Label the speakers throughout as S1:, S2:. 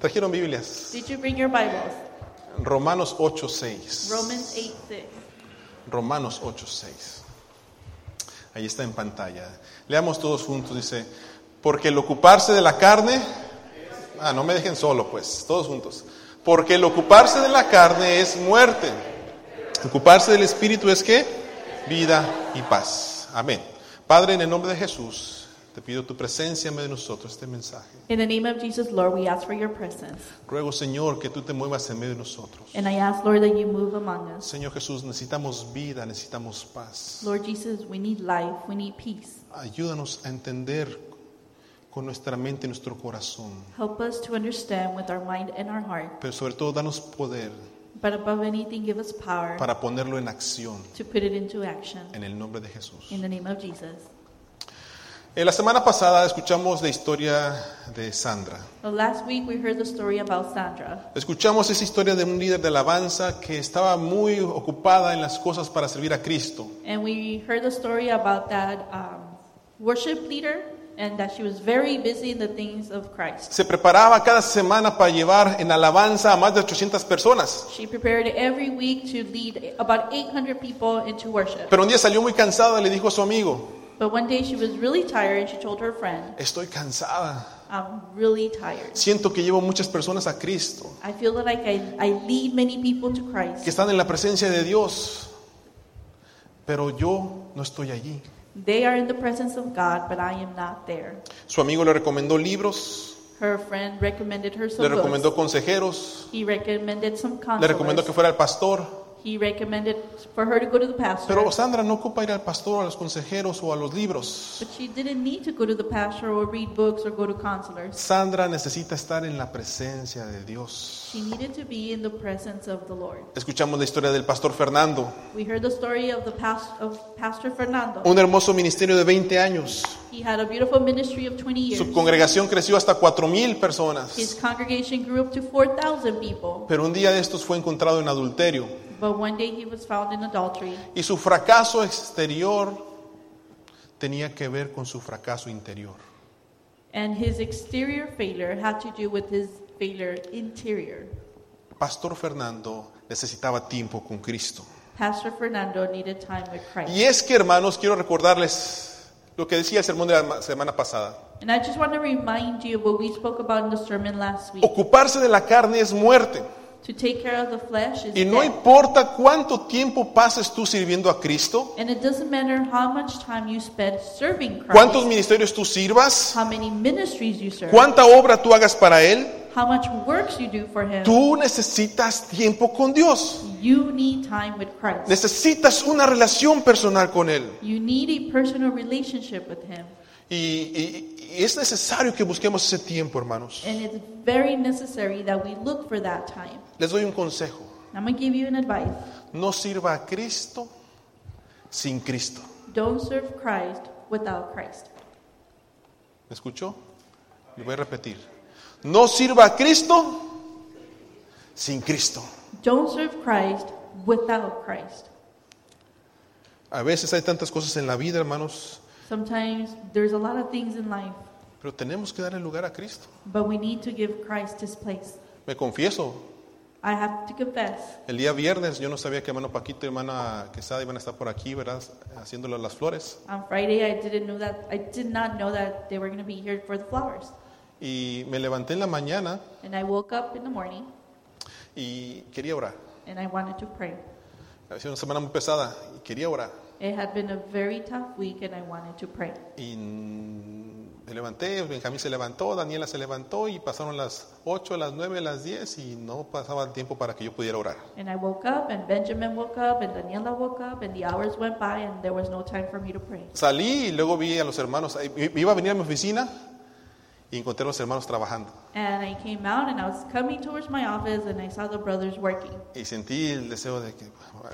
S1: Trajeron Biblias.
S2: Did you bring your Bibles?
S1: Romanos 8:6.
S2: Romans 8 6.
S1: Romanos 8:6. Ahí está en pantalla. Leamos todos juntos, dice, porque el ocuparse de la carne, ah, no me dejen solo, pues, todos juntos. Porque el ocuparse de la carne es muerte. Ocuparse del espíritu es qué? Vida y paz. Amén. Padre, en el nombre de Jesús, te pido tu presencia en medio de nosotros este mensaje.
S2: In the name of Jesus, Lord, we ask for your presence.
S1: Ruego, Señor, que tú te muevas en medio de nosotros.
S2: And I ask, Lord, that you move among us.
S1: Señor Jesús, necesitamos vida, necesitamos paz.
S2: Lord Jesus, we need life, we need peace.
S1: Ayúdanos a entender con nuestra mente y nuestro corazón.
S2: Help us to understand with our mind and our heart.
S1: Pero sobre todo, danos poder
S2: But above anything, give us power
S1: para ponerlo en acción.
S2: to put it into action.
S1: En el nombre de Jesús.
S2: In the name of Jesus.
S1: Eh, la semana pasada escuchamos la historia de Sandra.
S2: Well, last week, we heard the story about Sandra.
S1: Escuchamos esa historia de un líder de alabanza que estaba muy ocupada en las cosas para servir a Cristo.
S2: And we heard the story about that um, worship leader and that she was very busy in the things of Christ.
S1: Se preparaba cada semana para llevar en alabanza a más de 800 personas.
S2: She prepared every week to lead about 800 people into worship.
S1: Pero un día salió muy cansada y le dijo a su amigo,
S2: But one day she was really tired and she told her friend,
S1: estoy cansada,
S2: I'm really tired.
S1: siento que llevo muchas personas a Cristo,
S2: I feel like I, I lead many people to
S1: que
S2: Christ.
S1: están en la presencia de Dios, pero yo no estoy allí.
S2: They are in the presence of God, but I am not there.
S1: Su amigo le recomendó libros,
S2: Her friend recommended her
S1: le
S2: some books.
S1: recomendó consejeros,
S2: He recommended some
S1: le recomendó que
S2: counselors.
S1: fuera al pastor,
S2: He recommended for her to go to the pastor.
S1: Pero Sandra no ocupa ir al pastor, a los consejeros o a los libros.
S2: But she didn't need to go to the pastor or read books or go to counselors.
S1: Sandra necesita estar en la presencia de Dios.
S2: She needed to be in the presence of the Lord.
S1: Escuchamos la historia del pastor Fernando,
S2: We heard the story of the past of Pastor Fernando.
S1: un hermoso ministerio de 20 años.
S2: He had a beautiful ministry of 20 years.
S1: Su congregación creció hasta 4.000
S2: His
S1: personas.
S2: congregation grew up to 4,000 people.
S1: Pero un día de estos fue encontrado en adulterio.
S2: But one day he was found in adultery.
S1: Y su fracaso exterior tenía que ver con su fracaso interior.
S2: And his exterior failure had to do with his failure interior.
S1: Pastor Fernando necesitaba tiempo con Cristo.
S2: Pastor Fernando needed time with Christ.
S1: Y es que, hermanos, quiero recordarles lo que decía el sermón de la semana pasada.
S2: And I just want to remind you of what we spoke about in the sermon last week.
S1: Ocuparse de la carne es muerte.
S2: To take care of the flesh is
S1: Y no
S2: death.
S1: importa cuánto tiempo pases tú sirviendo a Cristo,
S2: And it doesn't matter how much time you spend serving Christ,
S1: cuántos ministerios tú sirvas,
S2: how many ministries you serve,
S1: cuánta obra tú hagas para Él,
S2: how much works you do for Him,
S1: tú necesitas tiempo con Dios.
S2: you need time with Christ.
S1: Necesitas una relación personal con Él.
S2: you need a personal relationship with Him.
S1: Y, y- y es necesario que busquemos ese tiempo, hermanos.
S2: And it's very necessary that we look for that time.
S1: Les doy un consejo.
S2: I'm going to give you an advice.
S1: No sirva a Cristo sin Cristo.
S2: Don't serve Christ without Christ.
S1: ¿Me escuchó? Lo voy a repetir. No sirva a Cristo sin Cristo.
S2: Don't serve Christ without Christ.
S1: A veces hay tantas cosas en la vida, hermanos,
S2: Sometimes there's a lot of things in life,
S1: pero tenemos que darle lugar a Cristo.
S2: but we need to give Christ his place.
S1: Me confieso,
S2: I have to confess.
S1: el día viernes yo no sabía que hermano Paquito y hermana Quesada iban a estar por aquí, ¿verdad? Haciéndole las flores.
S2: On Friday, I didn't know that I did not know that they were going to be here for the flowers.
S1: Y me levanté en la mañana
S2: And I woke up in the morning
S1: y quería orar.
S2: and I wanted to pray.
S1: Había sido una semana muy pesada y quería orar.
S2: It had been a very tough week and I wanted to pray.
S1: Y mm, me levanté, Benjamín se levantó, Daniela se levantó y pasaron las 8, las 9, las 10 y no pasaba el tiempo para que yo pudiera orar.
S2: And I woke up and Benjamin woke up and Daniela woke up and the hours went by and there was no time for me to pray.
S1: Salí y luego vi a los hermanos. eh, i- Iba a venir a mi oficina y encontré a los hermanos trabajando.
S2: And I came out and I was coming towards my office and I saw the brothers working.
S1: Y sentí el deseo de que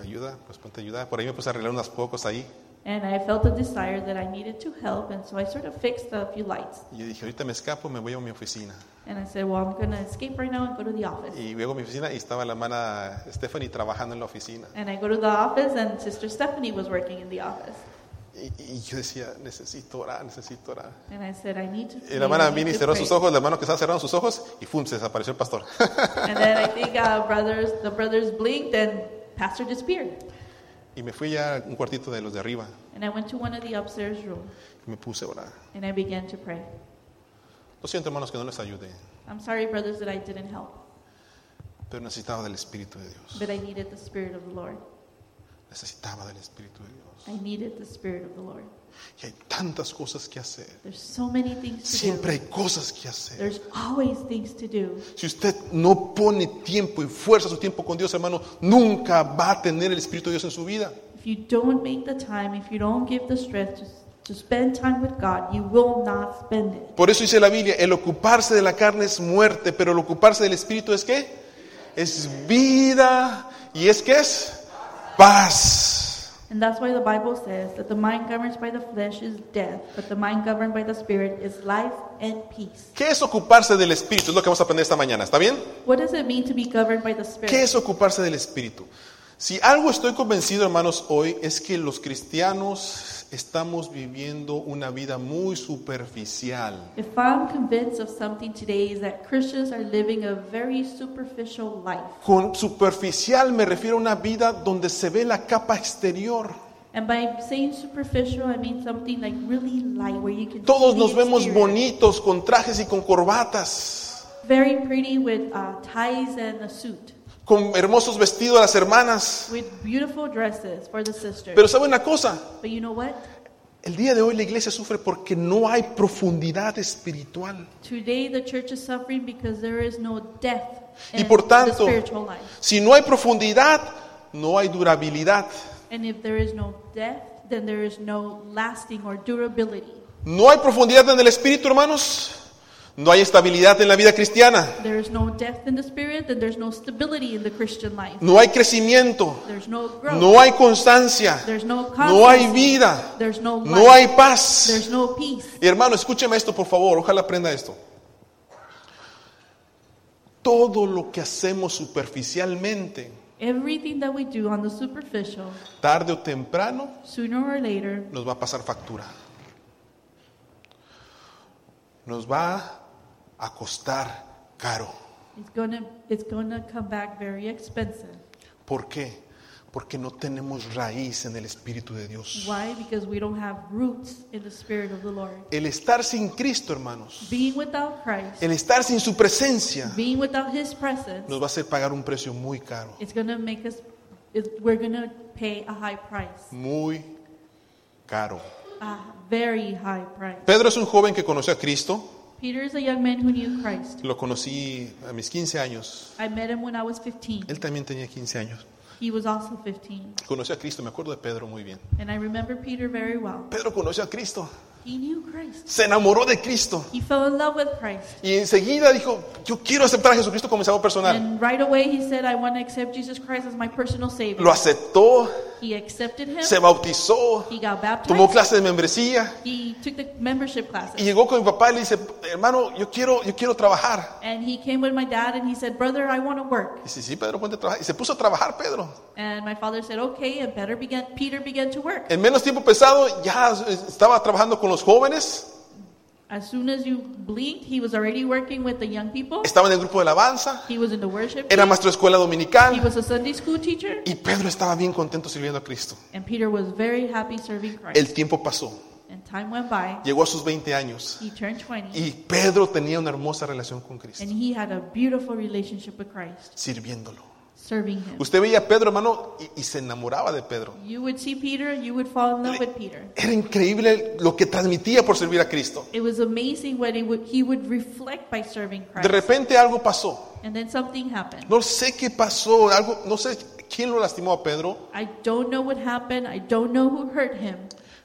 S1: ayuda, pues ponte a ayudar. Por ahí me puse a arreglar unas pocos ahí.
S2: And I felt the desire that I needed to help and so I sort of fixed a few lights.
S1: Y yo dije, ahorita me escapo, me voy a mi oficina.
S2: And I said, well, I'm going to escape right now and go to the office.
S1: Y luego a mi oficina y estaba la hermana Stephanie trabajando en la oficina.
S2: And I go to the office, and Sister Stephanie was working in the office.
S1: Y, y yo decía, necesito orar, necesito orar.
S2: And I said, I need to.
S1: Y
S2: pray,
S1: la hermana
S2: I need
S1: Mini
S2: to
S1: cerró sus
S2: pray."
S1: ojos, la hermano que estaba cerrando sus ojos y ¡fum! se desapareció el pastor.
S2: And then I think uh, brothers, the brothers blinked and pastor disappeared.
S1: y me fui ya a un cuartito de los de arriba
S2: And I went to one of the upstairs room
S1: y me puse a orar.
S2: and I began to pray.
S1: Lo siento, hermanos, que no les ayude,
S2: I'm sorry, brothers, that I didn't help,
S1: pero necesitaba del Espíritu de Dios.
S2: but I needed the Spirit of the Lord.
S1: Necesitaba del Espíritu de Dios.
S2: I needed the Spirit of the Lord.
S1: Y hay tantas cosas que hacer.
S2: There's so many things to
S1: Siempre
S2: do.
S1: hay cosas que hacer.
S2: There's always things to do.
S1: Si usted no pone tiempo y fuerza su tiempo con Dios, hermano, nunca va a tener el Espíritu de Dios en su vida.
S2: If you don't make the time, if you don't give the strength to, to spend time with God, you will not spend it.
S1: Por eso dice la Biblia, el ocuparse de la carne es muerte, pero el ocuparse del Espíritu es qué? Es vida y es qué es paz.
S2: And that's why the Bible says that the mind governed by the flesh is death, but the mind governed by the Spirit is life and peace.
S1: ¿Qué es ocuparse del Espíritu? Es lo que vamos a aprender esta mañana, ¿está bien?
S2: What does it mean to be governed by the Spirit?
S1: ¿Qué es ocuparse del Espíritu? Si algo estoy convencido, hermanos, hoy es que los cristianos estamos viviendo una vida muy superficial.
S2: If I'm convinced of something today is that Christians are living a very superficial life.
S1: Con superficial me refiero a una vida donde se ve la capa exterior.
S2: And by saying superficial, I mean something like really light, where you can
S1: Todos
S2: see
S1: nos
S2: the
S1: vemos
S2: exterior.
S1: bonitos con trajes y con corbatas,
S2: Very pretty with uh, ties and a suit,
S1: con hermosos vestidos las hermanas.
S2: with beautiful dresses for the sisters.
S1: Pero ¿saben una cosa?
S2: but you know what?
S1: El día de hoy la iglesia sufre porque no hay profundidad espiritual.
S2: Today the church is suffering because there is no depth
S1: Y
S2: in
S1: por
S2: the
S1: tanto,
S2: spiritual life.
S1: si no hay profundidad, no hay durabilidad.
S2: And if there is no depth, then there is no lasting or durability.
S1: No hay profundidad en el espíritu, hermanos. No hay estabilidad en la vida cristiana.
S2: There is no depth in the spirit, then there's no stability in the Christian life.
S1: No hay crecimiento.
S2: There's no growth.
S1: No hay constancia.
S2: There's no
S1: No hay
S2: constancy.
S1: vida.
S2: There's no life.
S1: No hay paz.
S2: There's no peace.
S1: Y hermano, escúcheme esto, por favor, ojalá aprenda esto. Todo lo que hacemos superficialmente,
S2: Everything that we do on the superficial,
S1: tarde o temprano,
S2: sooner or later,
S1: nos va a pasar factura. Nos va a costar caro.
S2: it's gonna it's gonna come back very expensive.
S1: ¿Por qué? Porque no tenemos raíz en el Espíritu de Dios.
S2: Why? Because we don't have roots in the spirit of the Lord.
S1: El estar sin Cristo, hermanos,
S2: Being without Christ,
S1: el estar sin su presencia,
S2: being without His presence,
S1: nos va a hacer pagar un precio muy caro.
S2: it's gonna make us. It, we're gonna pay a high price,
S1: Muy caro.
S2: a very high price.
S1: Pedro es un joven que conoció a Cristo.
S2: Peter is a young man who knew Christ.
S1: Lo conocí a mis 15 años.
S2: I met him when I was 15.
S1: Él también tenía 15 años.
S2: He was also 15,
S1: Conoció a Cristo, me acuerdo de Pedro muy bien.
S2: and I remember Peter very well.
S1: Pedro conoció a Cristo,
S2: He knew Christ.
S1: se enamoró de Cristo
S2: He fell in love with Christ.
S1: y enseguida dijo, yo quiero aceptar a Jesucristo como mi salvador personal.
S2: And right away he said, I want to accept Jesus Christ as my personal Savior.
S1: Lo aceptó,
S2: He accepted him.
S1: se bautizó,
S2: He got
S1: tomó
S2: baptized.
S1: clases de membresía
S2: He took the
S1: y
S2: membership classes.
S1: llegó con mi papá y le dice, hermano, yo quiero, yo quiero trabajar.
S2: And he came with my dad and he said, Brother, I want to work.
S1: Y dice, sí, Pedro, ponte a trabajar. Y se puso a trabajar, Pedro.
S2: And my father said, Okay, and better began, Peter began to work.
S1: En menos tiempo pesado ya estaba trabajando con los jóvenes,
S2: As soon as you blinked, he was already working with the young people.
S1: estaba en el grupo de alabanza,
S2: He was in the worship.
S1: era
S2: team.
S1: maestro de escuela
S2: He
S1: dominical.
S2: was a Sunday school teacher.
S1: Y Pedro estaba bien contento sirviendo a Cristo.
S2: And Peter was very happy serving Christ.
S1: El tiempo pasó,
S2: And time went by.
S1: llegó a sus 20 años
S2: He turned 20.
S1: y Pedro tenía una hermosa relación con
S2: And
S1: Cristo,
S2: he had a beautiful relationship with Christ,
S1: sirviéndolo.
S2: serving him.
S1: Usted veía a Pedro, hermano, y, y se enamoraba de Pedro.
S2: You would see Peter, you would fall in love with Peter.
S1: Era increíble lo que transmitía por servir a Cristo.
S2: It was amazing what he would, he would reflect by serving
S1: De
S2: Christ.
S1: repente algo pasó.
S2: And then something happened.
S1: No sé qué pasó, algo, no sé quién lo lastimó a Pedro,
S2: I don't know what happened. I don't know who hurt him.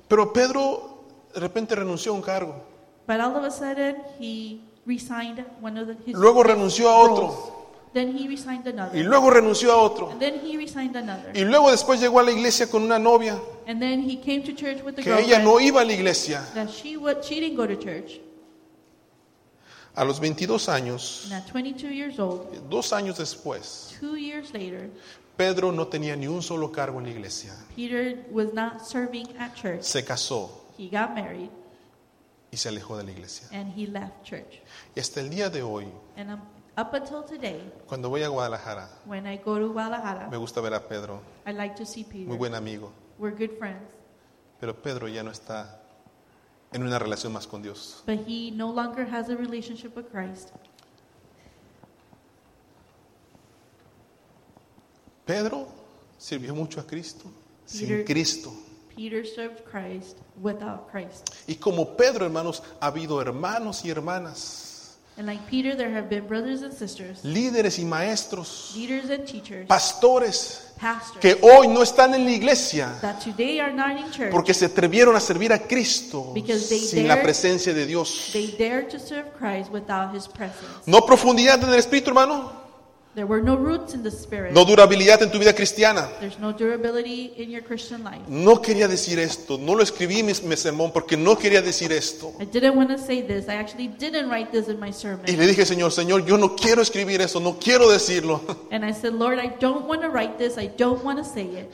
S1: pero Pedro de repente renunció a un cargo,
S2: But all of a sudden, he resigned one of the, his
S1: luego renunció a
S2: roles.
S1: otro,
S2: Then he resigned
S1: y
S2: another.
S1: luego renunció a otro,
S2: And then he resigned another.
S1: y luego después llegó a la iglesia con una novia,
S2: And then he came to church with the
S1: que ella no
S2: girlfriend
S1: iba a la iglesia.
S2: that she, would, she didn't go to church.
S1: A los 22 años,
S2: And at 22 years old,
S1: dos años después,
S2: two years later,
S1: Pedro no tenía ni un solo cargo en la iglesia.
S2: Peter was not serving at church.
S1: Se casó
S2: He got married
S1: y se alejó de la iglesia.
S2: and he left church.
S1: Y hasta el día de hoy,
S2: And um, up until today,
S1: cuando voy a Guadalajara,
S2: when I go to Guadalajara,
S1: me gusta ver a Pedro,
S2: I like to see Peter.
S1: muy buen amigo.
S2: We're good friends,
S1: Pero Pedro ya no está en una relación más con Dios.
S2: but he no longer has a relationship with Christ.
S1: Pedro sirvió mucho a Cristo, sin
S2: Peter-
S1: Cristo.
S2: Peter served Christ without Christ.
S1: Y como Pedro, hermanos, ha habido hermanos y hermanas,
S2: And like Peter, there have been brothers and sisters,
S1: líderes y maestros,
S2: leaders and teachers,
S1: pastores, que
S2: pastors
S1: hoy no están en la iglesia
S2: that today are not in church.
S1: porque se atrevieron a servir a Cristo
S2: Because they
S1: sin la
S2: dared-
S1: presencia de Dios.
S2: They dared to serve Christ without his presence.
S1: No profundidad en el espíritu, hermano.
S2: There were no roots in the spirit.
S1: No durabilidad en tu vida cristiana.
S2: There's no durability in your Christian life.
S1: No quería decir esto, no lo escribí en mi, mi sermón porque no quería decir esto.
S2: I didn't want to say this. I actually didn't write this in my
S1: Y
S2: sermon.
S1: le dije, Señor, Señor, yo no quiero escribir eso, no quiero decirlo.
S2: And I said, Lord, I don't want to write this. I don't want to say it.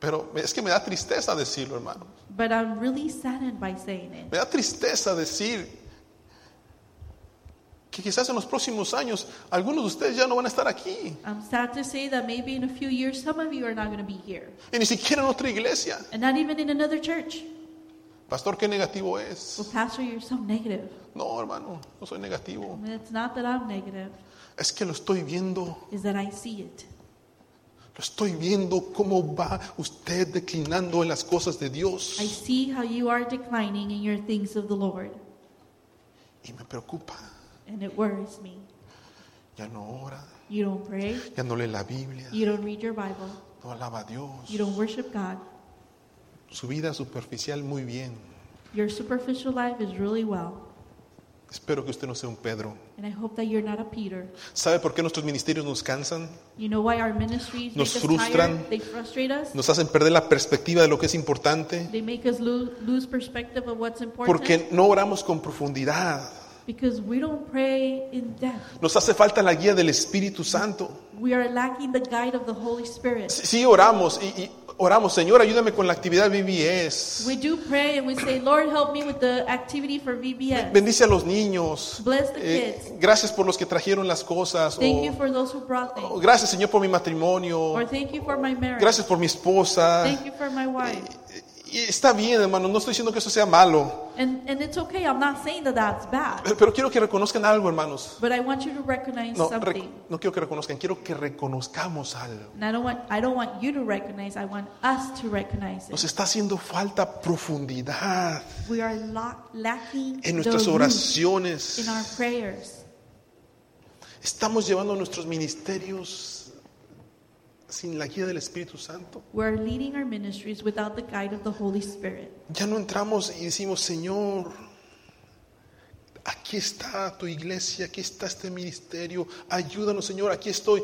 S1: Pero es que me da tristeza decirlo, hermano.
S2: But I'm really saddened by saying it.
S1: Me da tristeza decir que quizás en los próximos años algunos de ustedes ya no van a estar aquí.
S2: I'm sad to say that maybe in a few years, some of you are not going to be here.
S1: Y ni siquiera en otra iglesia.
S2: And not even in another church.
S1: Pastor, qué negativo
S2: Well,
S1: es.
S2: Pastor, you're so negative.
S1: No, hermano, no soy negativo.
S2: And It's not that I'm negative,
S1: Es que lo estoy viendo.
S2: it's that I see it.
S1: Lo estoy viendo cómo va usted declinando en las cosas de
S2: I
S1: Dios.
S2: see how you are declining in your things of the Lord.
S1: Y me preocupa.
S2: And it worries me.
S1: Ya no ora,
S2: You don't pray.
S1: ya no lee la Biblia,
S2: You don't read your Bible.
S1: no alaba a Dios.
S2: You don't worship God.
S1: Su vida superficial muy bien.
S2: Your superficial life is really well.
S1: Espero que usted no sea un Pedro.
S2: And I hope that you're not a Peter.
S1: ¿Sabe por qué nuestros ministerios nos cansan?
S2: You know why our ministries
S1: Nos
S2: make us
S1: frustran.
S2: tired? They frustrate us.
S1: Nos hacen perder la perspectiva de lo que es importante.
S2: They make us lose, lose perspective of what's important.
S1: Porque no oramos con profundidad.
S2: because we don't pray in depth.
S1: Nos hace falta la guía del Espíritu Santo.
S2: We are lacking the guide of the Holy Spirit.
S1: Sí, sí oramos y, y oramos, Señor, ayúdame con la actividad BBS.
S2: We do pray and we say, Lord, help me with the activity for VBS.
S1: Bendice a los niños.
S2: Bless the
S1: Eh,
S2: kids.
S1: gracias por los que trajeron las cosas.
S2: Thank you
S1: O-
S2: for those who brought
S1: o
S2: things.
S1: gracias, Señor, por mi matrimonio.
S2: Or thank you for my marriage.
S1: Gracias ah, por mi esposa.
S2: Thank you for my wife.
S1: Y está bien, hermano, no estoy diciendo que eso sea malo,
S2: And, and it's okay. I'm not saying that that's bad.
S1: pero- pero quiero que reconozcan algo, hermanos.
S2: But I want you to recognize
S1: No, rec-
S2: something.
S1: no quiero que reconozcan, quiero que reconozcamos algo.
S2: And I don't want I don't want you to recognize. I want us to recognize
S1: Nos
S2: it.
S1: está haciendo falta profundidad
S2: We are lock, lacking
S1: en
S2: the
S1: nuestras
S2: root
S1: oraciones.
S2: in our prayers.
S1: Estamos llevando nuestros ministerios sin la guía del Espíritu Santo.
S2: We're leading our ministries without the guide of the Holy Spirit.
S1: Ya no entramos y decimos, Señor, aquí está tu iglesia, aquí está este ministerio, ayúdanos, Señor, aquí estoy,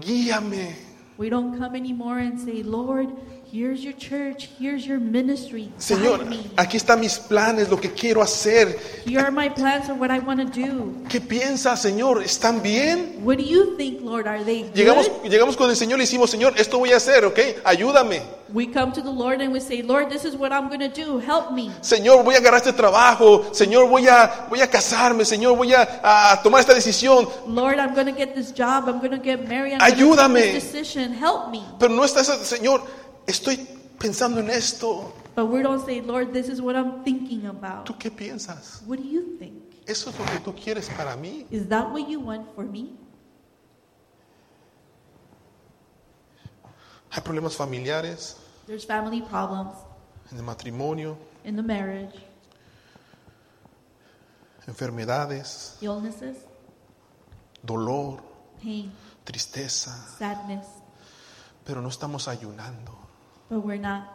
S1: guíame.
S2: We don't come anymore and say, Lord, here's your church, here's your ministry. Guide
S1: Señor,
S2: me.
S1: aquí están mis planes, lo que quiero hacer.
S2: Here are my plans and what I want to do.
S1: ¿Qué piensas, Señor? ¿Están bien?
S2: What do you think, Lord? Are they good?
S1: Llegamos, llegamos con el Señor y le decimos, Señor, esto voy a hacer, ¿ok? Ayúdame.
S2: We come to the Lord and we say, Lord, this is what I'm going to do. Help me.
S1: Señor, voy a agarrar este trabajo. Señor, voy a, voy a casarme. Señor, voy a, a tomar esta decisión.
S2: Lord, I'm going to get this job. I'm going to get married. I'm Gonna
S1: Ayúdame.
S2: make this decision. Help me.
S1: Pero no está esa, Señor, estoy pensando en esto.
S2: But we don't say, Lord, this is what I'm thinking about.
S1: ¿Tú qué piensas?
S2: What do you think?
S1: ¿Eso es lo que tú quieres para mí?
S2: Is that what you want for me?
S1: Hay problemas familiares,
S2: There's family problems
S1: en el matrimonio,
S2: in the marriage,
S1: enfermedades,
S2: illnesses,
S1: dolor,
S2: pain,
S1: tristeza.
S2: sadness,
S1: Pero no estamos ayunando.
S2: but we're not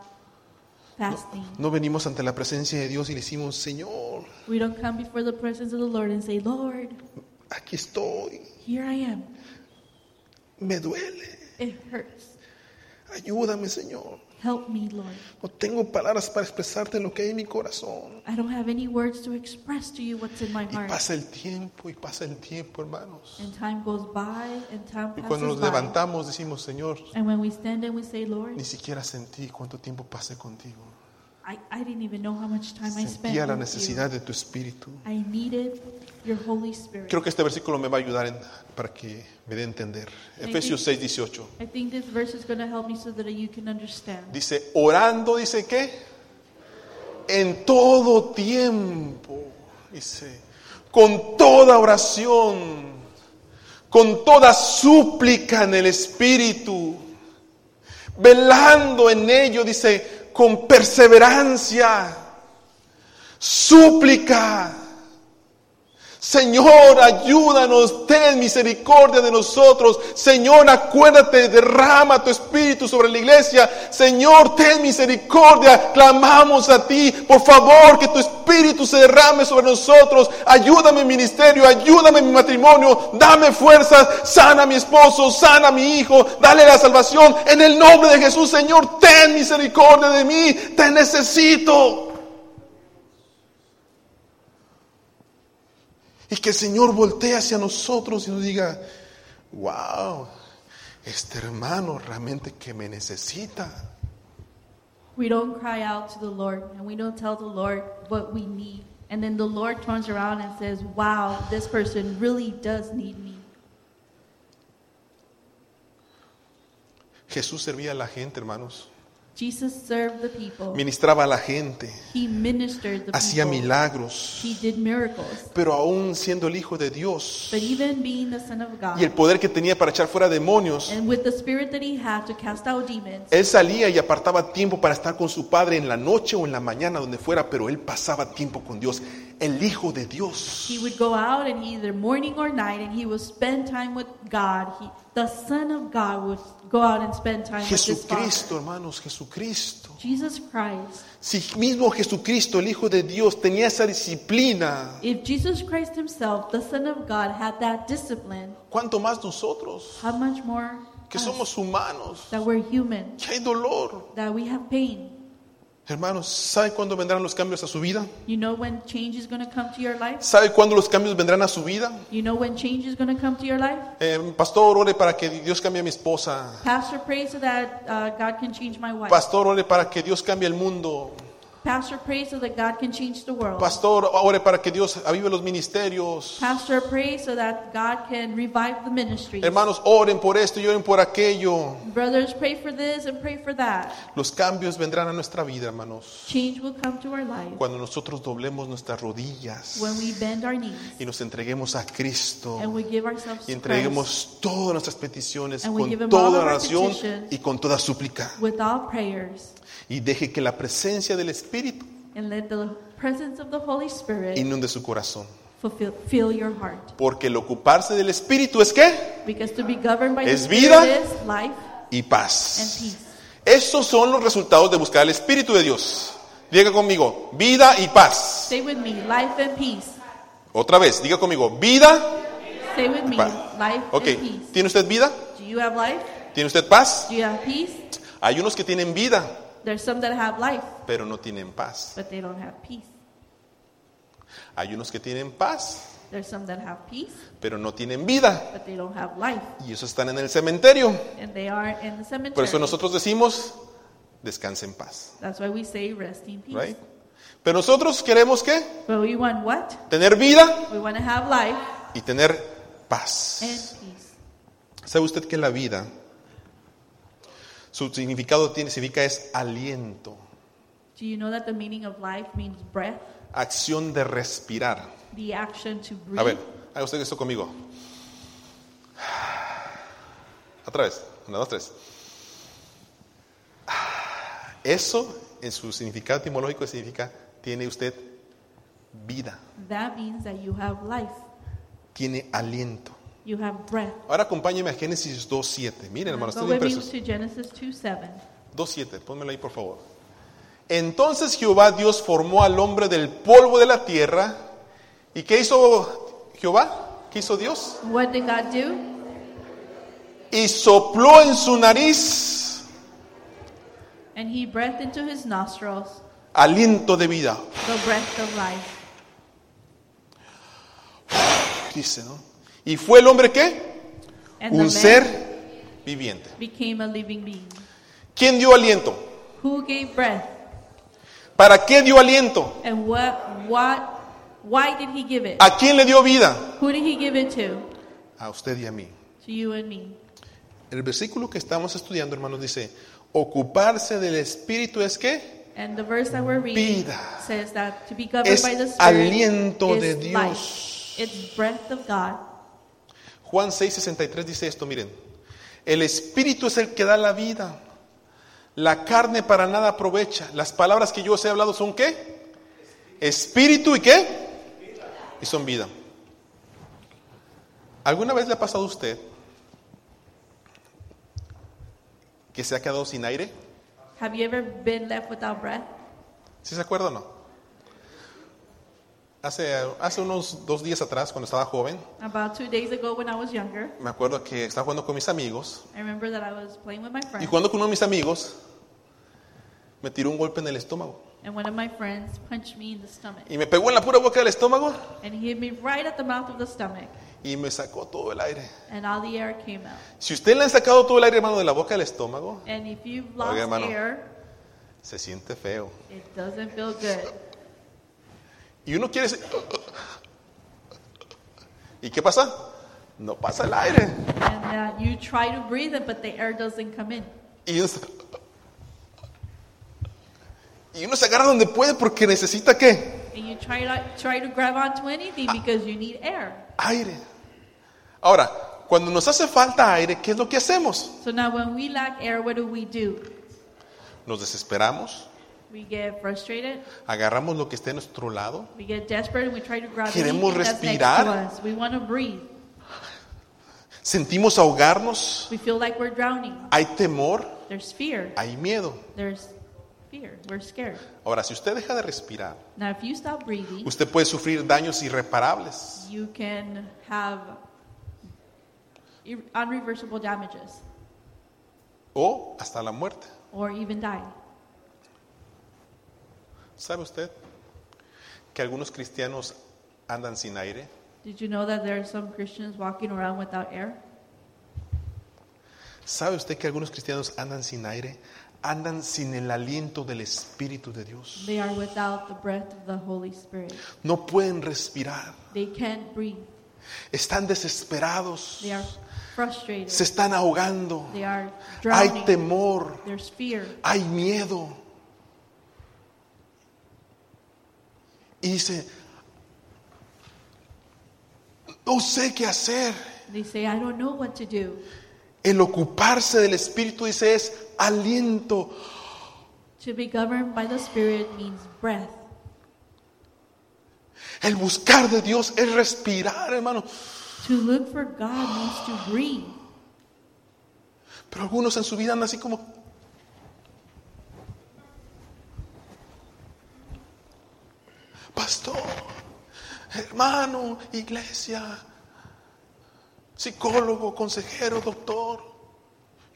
S2: fasting.
S1: No venimos ante la presencia de Dios y le decimos, Señor,
S2: We don't come before the presence of the Lord and say, Lord,
S1: aquí estoy,
S2: here I am.
S1: me duele,
S2: It hurts.
S1: ayúdame, Señor.
S2: Help me, Lord.
S1: No tengo palabras para expresarte lo que hay en mi corazón.
S2: I don't have any words to express to you what's in my
S1: Y
S2: heart.
S1: pasa el tiempo, y pasa el tiempo, hermanos.
S2: And time goes by, and time
S1: Y
S2: passes
S1: cuando nos
S2: by.
S1: levantamos decimos, Señor,
S2: And when we stand and we say, Lord,
S1: ni siquiera sentí cuánto tiempo pasé contigo.
S2: I, I didn't even know how much time I spent.
S1: Sentía la
S2: with you.
S1: necesidad de tu espíritu.
S2: I needed your Holy Spirit.
S1: Creo que este versículo me va a ayudar en- para que me dé a entender. Efesios 6, 18.
S2: I think this verse is going to help me so that you can understand.
S1: Dice, orando, dice qué? En todo tiempo, dice, con toda oración, con toda súplica en el Espíritu, velando en ello, dice, con perseverancia, súplica. Señor, ayúdanos, ten misericordia de nosotros. Señor, acuérdate, derrama tu espíritu sobre la iglesia. Señor, ten misericordia, clamamos a ti. Por favor, que tu espíritu se derrame sobre nosotros. Ayúdame en mi ministerio, ayúdame en mi matrimonio. Dame fuerzas, sana a mi esposo, sana a mi hijo. Dale la salvación. En el nombre de Jesús, Señor, ten misericordia de mí. Te necesito. Y que el Señor voltee hacia nosotros y nos diga, wow, este hermano realmente que me necesita.
S2: We don't cry out to the Lord, and we don't tell the Lord what we need. And then the Lord turns around and says, Wow, this person really does need me.
S1: Jesús servía a la gente, hermanos.
S2: Jesus served the people,
S1: Ministraba a la gente.
S2: he ministered the
S1: Hacía
S2: people,
S1: milagros.
S2: he did miracles.
S1: Pero aún siendo el Hijo de Dios
S2: But even being the Son of God,
S1: y el poder que tenía para echar fuera demonios,
S2: and with the spirit that he had to cast out demons,
S1: Él salía y apartaba tiempo para estar con su Padre en la noche o en la mañana, donde fuera, pero Él pasaba tiempo con Dios. El Hijo de Dios.
S2: He would go out and either morning or night and he would spend time with God. He, the Son of God would go out and spend time with his Father.
S1: Jesucristo, hermanos, Jesucristo.
S2: Jesus Christ.
S1: Si mismo Jesucristo, el Hijo de Dios, tenía esa disciplina,
S2: If Jesus Christ himself, the Son of God, had that discipline,
S1: ¿cuánto más nosotros,
S2: how much more
S1: que
S2: us,
S1: somos humanos,
S2: that we're human,
S1: que hay dolor?
S2: that we have pain.
S1: Hermanos, ¿sabe cuándo vendrán los cambios a su vida?
S2: You know when change is going to come to your life?
S1: ¿Sabe cuándo los cambios vendrán a su vida?
S2: You know when change is going to come to your life?
S1: Eh, pastor, ore para que Dios cambie a mi esposa.
S2: Pastor, pray so that uh, God can change my wife.
S1: Pastor, ore para que Dios cambie el mundo.
S2: Pastor, pray so that God can change the world.
S1: Pastor, ore para que Dios avive los ministerios.
S2: Pastor, pray so that God can revive the ministry.
S1: Hermanos, oren por esto y oren por aquello.
S2: Brothers, pray for this and pray for that.
S1: Los cambios vendrán a nuestra vida, hermanos,
S2: Change will come to our life
S1: cuando nosotros doblemos nuestras rodillas.
S2: when we bend our knees
S1: y nos entreguemos a Cristo
S2: and we give ourselves
S1: y
S2: to Christ
S1: entreguemos todas nuestras peticiones
S2: And we give
S1: con
S2: him
S1: toda
S2: all our
S1: oración
S2: petitions.
S1: y con toda súplica
S2: with all prayers
S1: y deje que la presencia del Espíritu
S2: and let the presence of the Holy Spirit
S1: inunde su corazón
S2: fulfill, fill your heart.
S1: porque el ocuparse del Espíritu es qué
S2: Because to be governed by
S1: Es
S2: the
S1: vida.
S2: Spirit is life
S1: y
S2: and
S1: paz
S2: peace.
S1: esos son los resultados de buscar el Espíritu de Dios diga conmigo vida y paz
S2: Stay with me, life and peace.
S1: otra vez diga conmigo vida
S2: Stay with me,
S1: Pa-
S2: life
S1: ok
S2: and peace.
S1: tiene usted vida
S2: Do you have life?
S1: tiene usted paz
S2: Do you have peace?
S1: hay unos que tienen vida
S2: There's some that have life,
S1: pero no tienen paz
S2: but they don't have peace.
S1: hay unos que tienen paz
S2: There's some that have peace,
S1: pero no tienen vida
S2: but they don't have life,
S1: Y esos están en el cementerio.
S2: and they are in the cemetery.
S1: Por eso nosotros decimos, descanse en paz.
S2: That's why we say rest in peace.
S1: right? Pero nosotros queremos que
S2: But we want what?
S1: tener vida
S2: We want to have life
S1: y tener paz.
S2: and peace.
S1: ¿Sabe usted que la vida, su significado tiene, significa es aliento,
S2: Do you know that the meaning of life means breath,
S1: acción de respirar?
S2: the action to breathe?
S1: A ver, haga usted esto conmigo. Otra vez, una, dos, tres. Eso, en su significado etimológico, significa tiene usted vida,
S2: That means that you have life,
S1: tiene aliento.
S2: you have breath.
S1: Ahora acompáñeme a Génesis 2.7. Miren, hermanos,
S2: Go
S1: estoy
S2: with me
S1: impresos.
S2: to Genesis 2 7.
S1: 2.7, pónmelo ahí, por favor. Entonces Jehová Dios formó al hombre del polvo de la tierra. ¿Y qué hizo Jehová? ¿Qué hizo Dios?
S2: What did God do?
S1: y sopló en su nariz
S2: And he breathed into his nostrils
S1: aliento de vida.
S2: the breath of life.
S1: Dice, ¿no? Y fue el hombre que
S2: And
S1: un
S2: the man
S1: ser viviente.
S2: became a living being.
S1: ¿Quién dio aliento?
S2: Who gave breath?
S1: ¿Para qué dio aliento?
S2: And what, what, why did he give it?
S1: ¿A quién le dio vida?
S2: Who did he give it to?
S1: A usted y a mí.
S2: To you and me.
S1: El versículo que estamos estudiando, hermanos, dice, ocuparse del espíritu es que
S2: And the verse that we're reading
S1: Vida.
S2: says that to be governed
S1: es
S2: by the Spirit
S1: aliento
S2: is
S1: de
S2: life.
S1: Dios.
S2: It's breath of God.
S1: Juan 6:63 dice esto, miren, el espíritu es el que da la vida. La carne para nada aprovecha. Las palabras que yo os he hablado son qué? Espíritu y qué? Y son vida. ¿Alguna vez le ha pasado a usted que se ha quedado sin aire?
S2: Have you ever been left without breath?
S1: ¿Sí se acuerda o no? Hace, hace unos dos días atrás, cuando estaba joven,
S2: About two days ago when I was younger,
S1: me acuerdo que estaba jugando con mis amigos
S2: I remember that I was playing with my
S1: Y
S2: friends,
S1: jugando con uno de mis amigos, me tiró un golpe en el estómago.
S2: and one of my friends punched me in the stomach.
S1: Y me pegó en la pura boca del estómago
S2: And he hit me right at the mouth of the stomach,
S1: y me sacó todo el aire.
S2: and all the air came out.
S1: Si usted le han sacado todo el aire, hermano, de la boca del estómago,
S2: And if you've lost
S1: hermano.
S2: air,
S1: se siente feo.
S2: it doesn't feel good.
S1: Y uno quiere... se- ¿Y qué pasa? No pasa el aire.
S2: And that you try to breathe it, but the air doesn't come in.
S1: Y uno se, y uno se agarra donde puede porque necesita qué?
S2: And you try to, try to grab onto anything because you need air.
S1: Aire. Ahora, cuando nos hace falta aire, ¿qué es lo que hacemos?
S2: So now when we lack air, what do we do?
S1: Nos desesperamos,
S2: We get frustrated,
S1: agarramos lo que esté a nuestro lado
S2: we get desperate, and we try to grab
S1: Queremos
S2: anything that's next to
S1: respirar.
S2: us. We want to breathe.
S1: Sentimos ahogarnos,
S2: We feel like we're drowning.
S1: hay temor,
S2: There's fear.
S1: hay miedo.
S2: There's fear. We're scared.
S1: Ahora, si usted deja de respirar,
S2: Now, if you stop breathing,
S1: usted puede sufrir daños irreparables.
S2: you can have ir- unreversible damages
S1: o hasta la muerte.
S2: or even die.
S1: ¿Sabe usted que algunos cristianos andan sin aire?
S2: Did you know that there are some Christians walking around without air?
S1: ¿Sabe usted que algunos cristianos andan sin aire? Andan sin el aliento del Espíritu de Dios.
S2: They are without the breath of the Holy Spirit.
S1: No pueden respirar.
S2: They can't breathe.
S1: Están desesperados.
S2: They are frustrated.
S1: Se están ahogando.
S2: They are
S1: Hay
S2: drowning.
S1: temor.
S2: There's fear.
S1: hay miedo. Y dice, no sé qué hacer.
S2: They say, I don't know what to do.
S1: El ocuparse del Espíritu, dice, es aliento.
S2: To be governed by the Spirit means breath.
S1: El buscar de Dios es respirar, hermano.
S2: To look for God means to breathe.
S1: Pero algunos en su vida andan así como... Pastor, hermano, iglesia, psicólogo, consejero, doctor.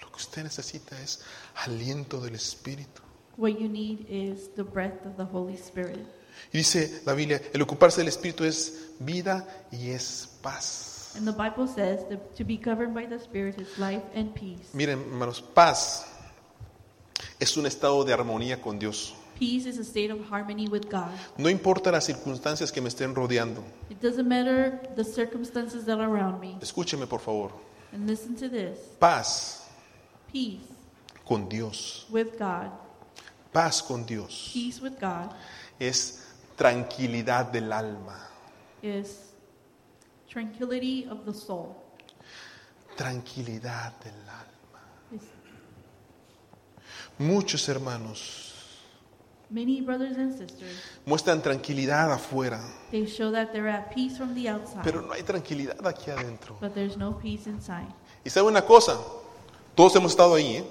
S1: Lo que usted necesita es aliento del Espíritu.
S2: What you need is the breath of the Holy Spirit.
S1: Y dice la Biblia, el ocuparse del Espíritu es vida y es paz.
S2: And the Bible says that to be governed by the Spirit is life and peace.
S1: Miren, hermanos, paz es un estado de armonía con Dios.
S2: Peace is a state of harmony with God.
S1: No importa las circunstancias que me estén rodeando.
S2: It doesn't matter the circumstances that are around me.
S1: Escúcheme, por favor.
S2: And listen to this
S1: Paz
S2: peace
S1: con Dios.
S2: with God.
S1: Paz con Dios.
S2: Peace with God
S1: Es tranquilidad del alma.
S2: is tranquility of the soul.
S1: Tranquilidad del alma.
S2: It's-
S1: Muchos hermanos
S2: many brothers and sisters,
S1: muestran tranquilidad afuera,
S2: they show that they're at peace from the outside,
S1: pero no hay tranquilidad aquí adentro.
S2: but there's no peace inside.
S1: Y sabe una cosa, todos hemos estado ahí, ¿eh?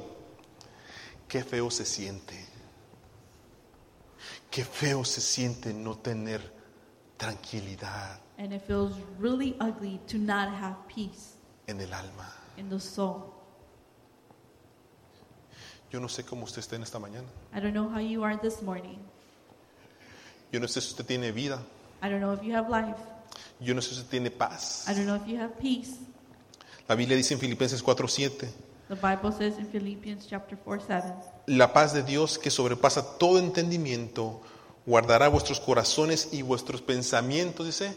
S1: Qué feo se siente. Qué feo se siente no tener tranquilidad
S2: And it feels really ugly to not have peace
S1: en el alma.
S2: in the soul.
S1: Yo no sé cómo usted está en esta mañana.
S2: I don't know how you are this morning.
S1: Yo no sé si usted tiene vida.
S2: I don't know if you have life.
S1: Yo no sé si usted tiene paz.
S2: I don't know if you have peace.
S1: La Biblia dice en Filipenses 4:7,
S2: The Bible says in Philippians chapter 4 7,
S1: la paz de Dios que sobrepasa todo entendimiento guardará vuestros corazones y vuestros pensamientos, dice,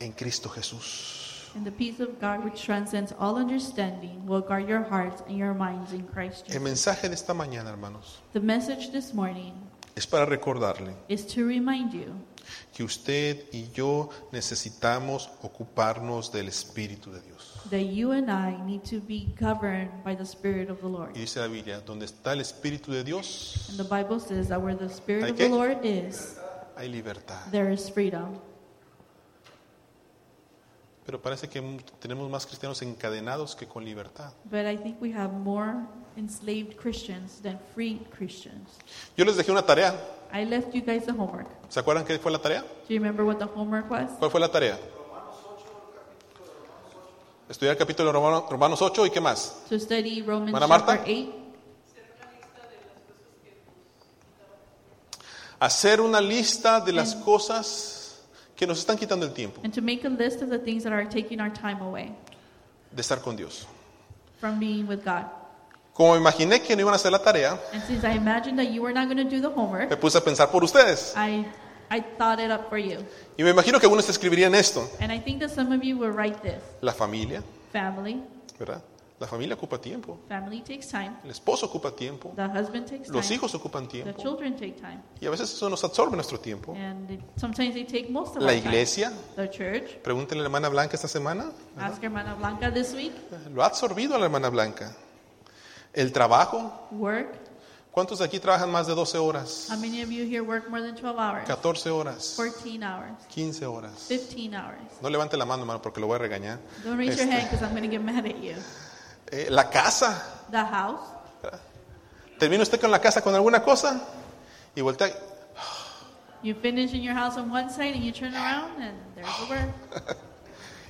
S1: en Cristo Jesús.
S2: and the peace of God which transcends all understanding will guard your hearts and your minds in Christ
S1: El
S2: Jesus.
S1: mensaje de esta mañana, hermanos,
S2: The message this morning
S1: es para recordarle
S2: is to remind you
S1: que usted y yo necesitamos ocuparnos del Espíritu de Dios.
S2: that you and I need to be governed by the Spirit of the Lord.
S1: Y dice la Biblia, donde está el Espíritu de Dios,
S2: And the Bible says that where the Spirit of
S1: Okay.
S2: the Lord is,
S1: hay libertad.
S2: there is freedom.
S1: Pero parece que mu- tenemos más cristianos encadenados que con libertad.
S2: But I think we have more enslaved Christians than free Christians.
S1: Yo les dejé una tarea.
S2: I left you guys the homework.
S1: ¿Se acuerdan qué fue la tarea?
S2: Do you remember what the homework was?
S1: ¿Cuál fue la tarea? Estudiar el capítulo de Romano- Romanos 8 y qué más.
S2: To study Romans
S1: Hermana Marta?
S2: chapter 8,
S1: Hacer una lista de las
S2: Mm.
S1: cosas que nos están quitando el tiempo
S2: and to make a list of the things that are taking our time away
S1: de estar con Dios.
S2: from being with God.
S1: Como me imaginé que no iban a hacer la tarea,
S2: And since I imagined that you were not going to do the
S1: me
S2: homework,
S1: puse a pensar por ustedes.
S2: I, I thought it up for you.
S1: Y me imagino que algunos escribirían esto.
S2: And I think that some of you will write this
S1: La familia,
S2: family.
S1: ¿verdad? La familia ocupa tiempo.
S2: Family takes time.
S1: El esposo ocupa tiempo.
S2: The husband takes
S1: Los
S2: time.
S1: hijos ocupan
S2: The
S1: tiempo.
S2: children take time.
S1: Y a veces eso nos absorbe nuestro tiempo.
S2: And it, sometimes they take most of
S1: La
S2: our time.
S1: iglesia,
S2: The church.
S1: pregúntele a la hermana Blanca esta semana.
S2: Ask Hermana Blanca this week.
S1: Lo ha absorbido a la hermana Blanca. El trabajo,
S2: Work.
S1: ¿cuántos de aquí trabajan más de 12 horas?
S2: How many of you here work more than 12 hours?
S1: 14 horas,
S2: 14 hours.
S1: 15 horas.
S2: 15 hours.
S1: No levante la mano, hermano, porque lo voy a regañar.
S2: Don't raise your
S1: Este-
S2: hand because I'm going to get mad at you.
S1: Eh, la casa,
S2: The house.
S1: ¿termina usted con la casa con alguna cosa? Y voltea,
S2: You finish in your house on one side and you turn around and there's the work.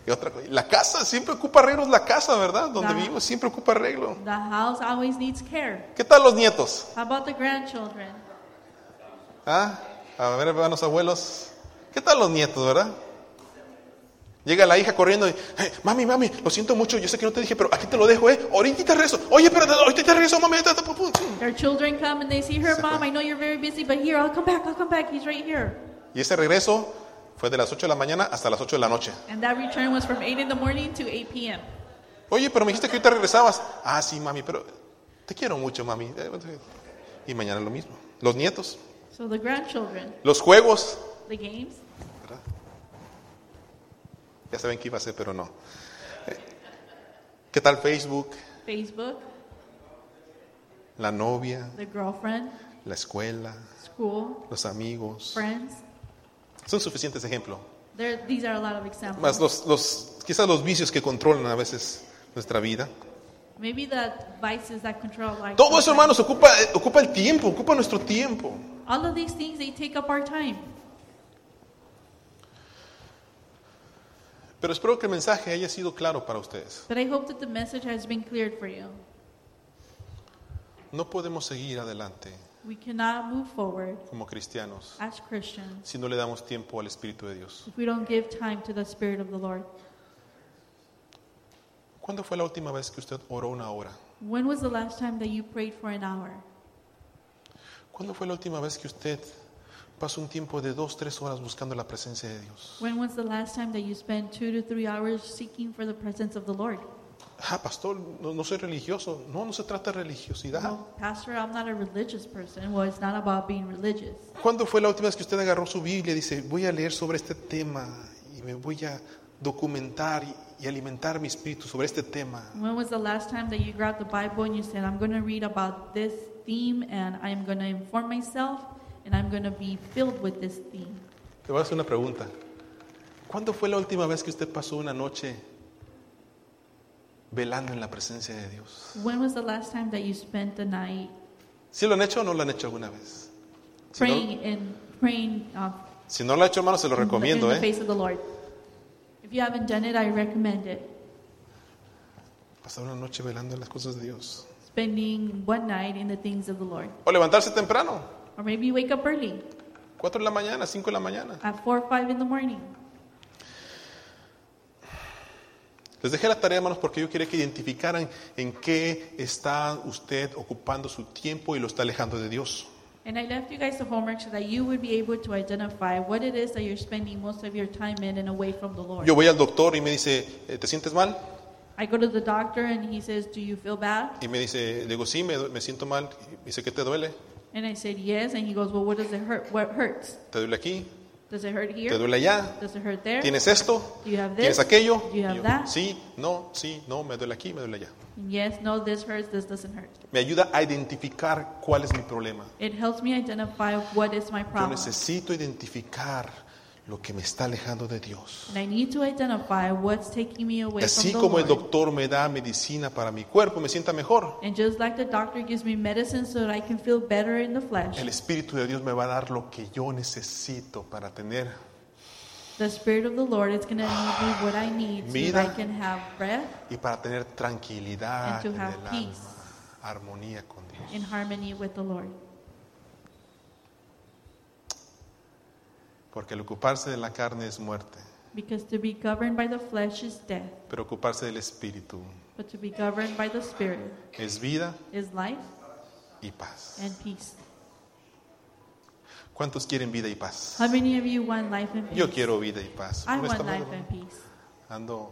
S1: y otra cosa. La casa, siempre ocupa arreglos la casa, ¿verdad? Donde
S2: Claro.
S1: vivo, siempre ocupa arreglo.
S2: The house always needs care.
S1: ¿Qué tal los nietos?
S2: How about the grandchildren?
S1: ¿Ah? A ver, hermanos abuelos. ¿Qué tal los nietos, verdad? Llega la hija corriendo y, "Eh, mami, mami, lo siento mucho, yo sé que no te dije, pero aquí te lo dejo, ¿eh? Ahorita te regreso. Oye, pero ahorita te regreso, mami. ahorita te- pum, pum, pum".
S2: Their children come and they see her mom. I know you're very busy, but here, I'll come back. I'll come back. He's right here.
S1: Y ese regreso fue de las 8 de la mañana hasta las 8 de la noche.
S2: And that return was from 8 in the morning to 8 p.m.
S1: Oye, pero me dijiste que ahorita regresabas. Ah, sí, mami, pero te quiero mucho, mami. Y mañana lo mismo. Los nietos,
S2: So the grandchildren,
S1: los juegos,
S2: the games,
S1: ¿verdad? Ya saben que iba a ser, pero no. Eh, ¿Qué tal Facebook?
S2: Facebook,
S1: La novia,
S2: the girlfriend,
S1: la escuela,
S2: school,
S1: los amigos.
S2: friends.
S1: Son suficientes ejemplos.
S2: There, these are a lot of
S1: Más
S2: examples.
S1: los, los, quizás los vicios que controlan a veces nuestra vida.
S2: Maybe the vices that control our life.
S1: Todo eso, hermanos, ocupa, ocupa el tiempo, ocupa nuestro tiempo.
S2: All of these things, they take up our time.
S1: Pero espero que el mensaje haya sido claro para ustedes.
S2: But I hope that the message has been cleared for you.
S1: No podemos seguir adelante
S2: We cannot move forward
S1: como cristianos
S2: as Christians
S1: si no le damos tiempo al Espíritu de Dios.
S2: if we don't give time to the Spirit of the Lord.
S1: ¿Cuándo fue la última vez que usted oró una hora?
S2: When was the last time that you prayed for an hour?
S1: ¿Cuándo fue la última vez que usted pasó un tiempo de dos, tres horas buscando la presencia de Dios?
S2: When was the last time that you spent two to three hours seeking for the presence of the Lord?
S1: Ah, pastor, no, no soy religioso. No, no se trata de religiosidad.
S2: Well, Pastor, I'm not a religious person. Well, it's not about being religious.
S1: ¿Cuándo fue la última vez que usted agarró su Biblia y dice, voy a leer sobre este tema y me voy a documentar y, y alimentar mi espíritu sobre este tema?
S2: When was the last time that you grabbed the Bible and you said, I'm going to read about this theme and I'm going to inform myself and I'm going to be filled with this theme?
S1: Te voy a hacer una pregunta. ¿Cuándo fue la última vez que usted pasó una noche velando en la presencia de Dios?
S2: When was the last time that you spent the night
S1: ¿Sí lo han hecho o no lo han hecho alguna vez? Si no,
S2: praying and praying uh,
S1: si no lo ha hecho, hermano, se lo
S2: in
S1: recomiendo.
S2: the
S1: ¿eh?
S2: face of the Lord? If you haven't done it, I recommend it.
S1: Pasar una noche velando en las cosas de Dios.
S2: spending one night in the things of the Lord.
S1: O levantarse temprano,
S2: Or maybe you wake up early
S1: 4 de la mañana, 5 de la mañana.
S2: at 4 or 5 in the morning.
S1: Les dejé la tarea, hermanos, porque yo quería que identificaran en qué está usted ocupando su tiempo y lo está alejando de Dios.
S2: And I left you guys the homework so that you would be able to identify what it is that you're spending most of your time in and away from the Lord.
S1: Yo voy al doctor y me dice, eh, ¿te sientes mal?
S2: I go to the doctor and he says, Do you feel bad?
S1: Y me dice, le digo, sí, me, do- me siento mal. Y me dice, ¿qué te duele?
S2: And I said, Yes. And he goes, Well, what does it hurt? What hurts?
S1: ¿Te duele aquí?
S2: Does it hurt
S1: ¿Te
S2: here?
S1: duele allá?
S2: Does it hurt there?
S1: ¿Tienes esto?
S2: Do you have
S1: ¿Tienes
S2: this?
S1: aquello?
S2: Do you have
S1: Y yo,
S2: that?
S1: sí, no, sí, no, me duele aquí, me duele allá.
S2: Yes, no, this hurts, this doesn't hurt.
S1: Me ayuda a identificar cuál es mi problema.
S2: It helps me identify what is my
S1: Yo
S2: problem.
S1: necesito identificar lo que me está alejando de Dios.
S2: And I need to identify what's taking me away
S1: Así
S2: from the
S1: como el
S2: Lord.
S1: doctor me da medicina para mi cuerpo, me sienta mejor.
S2: And just like the doctor gives me medicine so that I can feel better in the flesh,
S1: El Espíritu de Dios me va a dar lo que yo necesito para tener
S2: the Spirit of the Lord is going to give me what I need so that
S1: Vida.
S2: I can have breath
S1: y para tener tranquilidad
S2: And to
S1: en el
S2: have
S1: alma,
S2: peace.
S1: armonía con Dios.
S2: in harmony with the Lord.
S1: Porque el ocuparse de la carne es muerte,
S2: Because to be governed by the flesh is death,
S1: pero ocuparse del Espíritu
S2: but to be governed by the Spirit
S1: es vida
S2: is life
S1: y paz.
S2: and peace.
S1: ¿Cuántos quieren vida y paz?
S2: How many of you want life and peace?
S1: Yo quiero vida y paz.
S2: I want
S1: Honestamente,
S2: life and peace.
S1: ando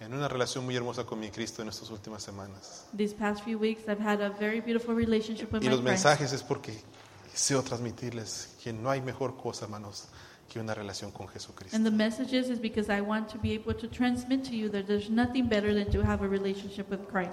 S1: en una relación muy hermosa con mi Cristo en estas últimas semanas.
S2: These past few weeks, I've had a very beautiful relationship with
S1: Y
S2: my
S1: los
S2: friends.
S1: mensajes es porque deseo transmitirles que no hay mejor cosa, hermanos, que una relación con Jesucristo.
S2: And the messages is because I want to be able to transmit to you that there's nothing better than to have a relationship with Christ.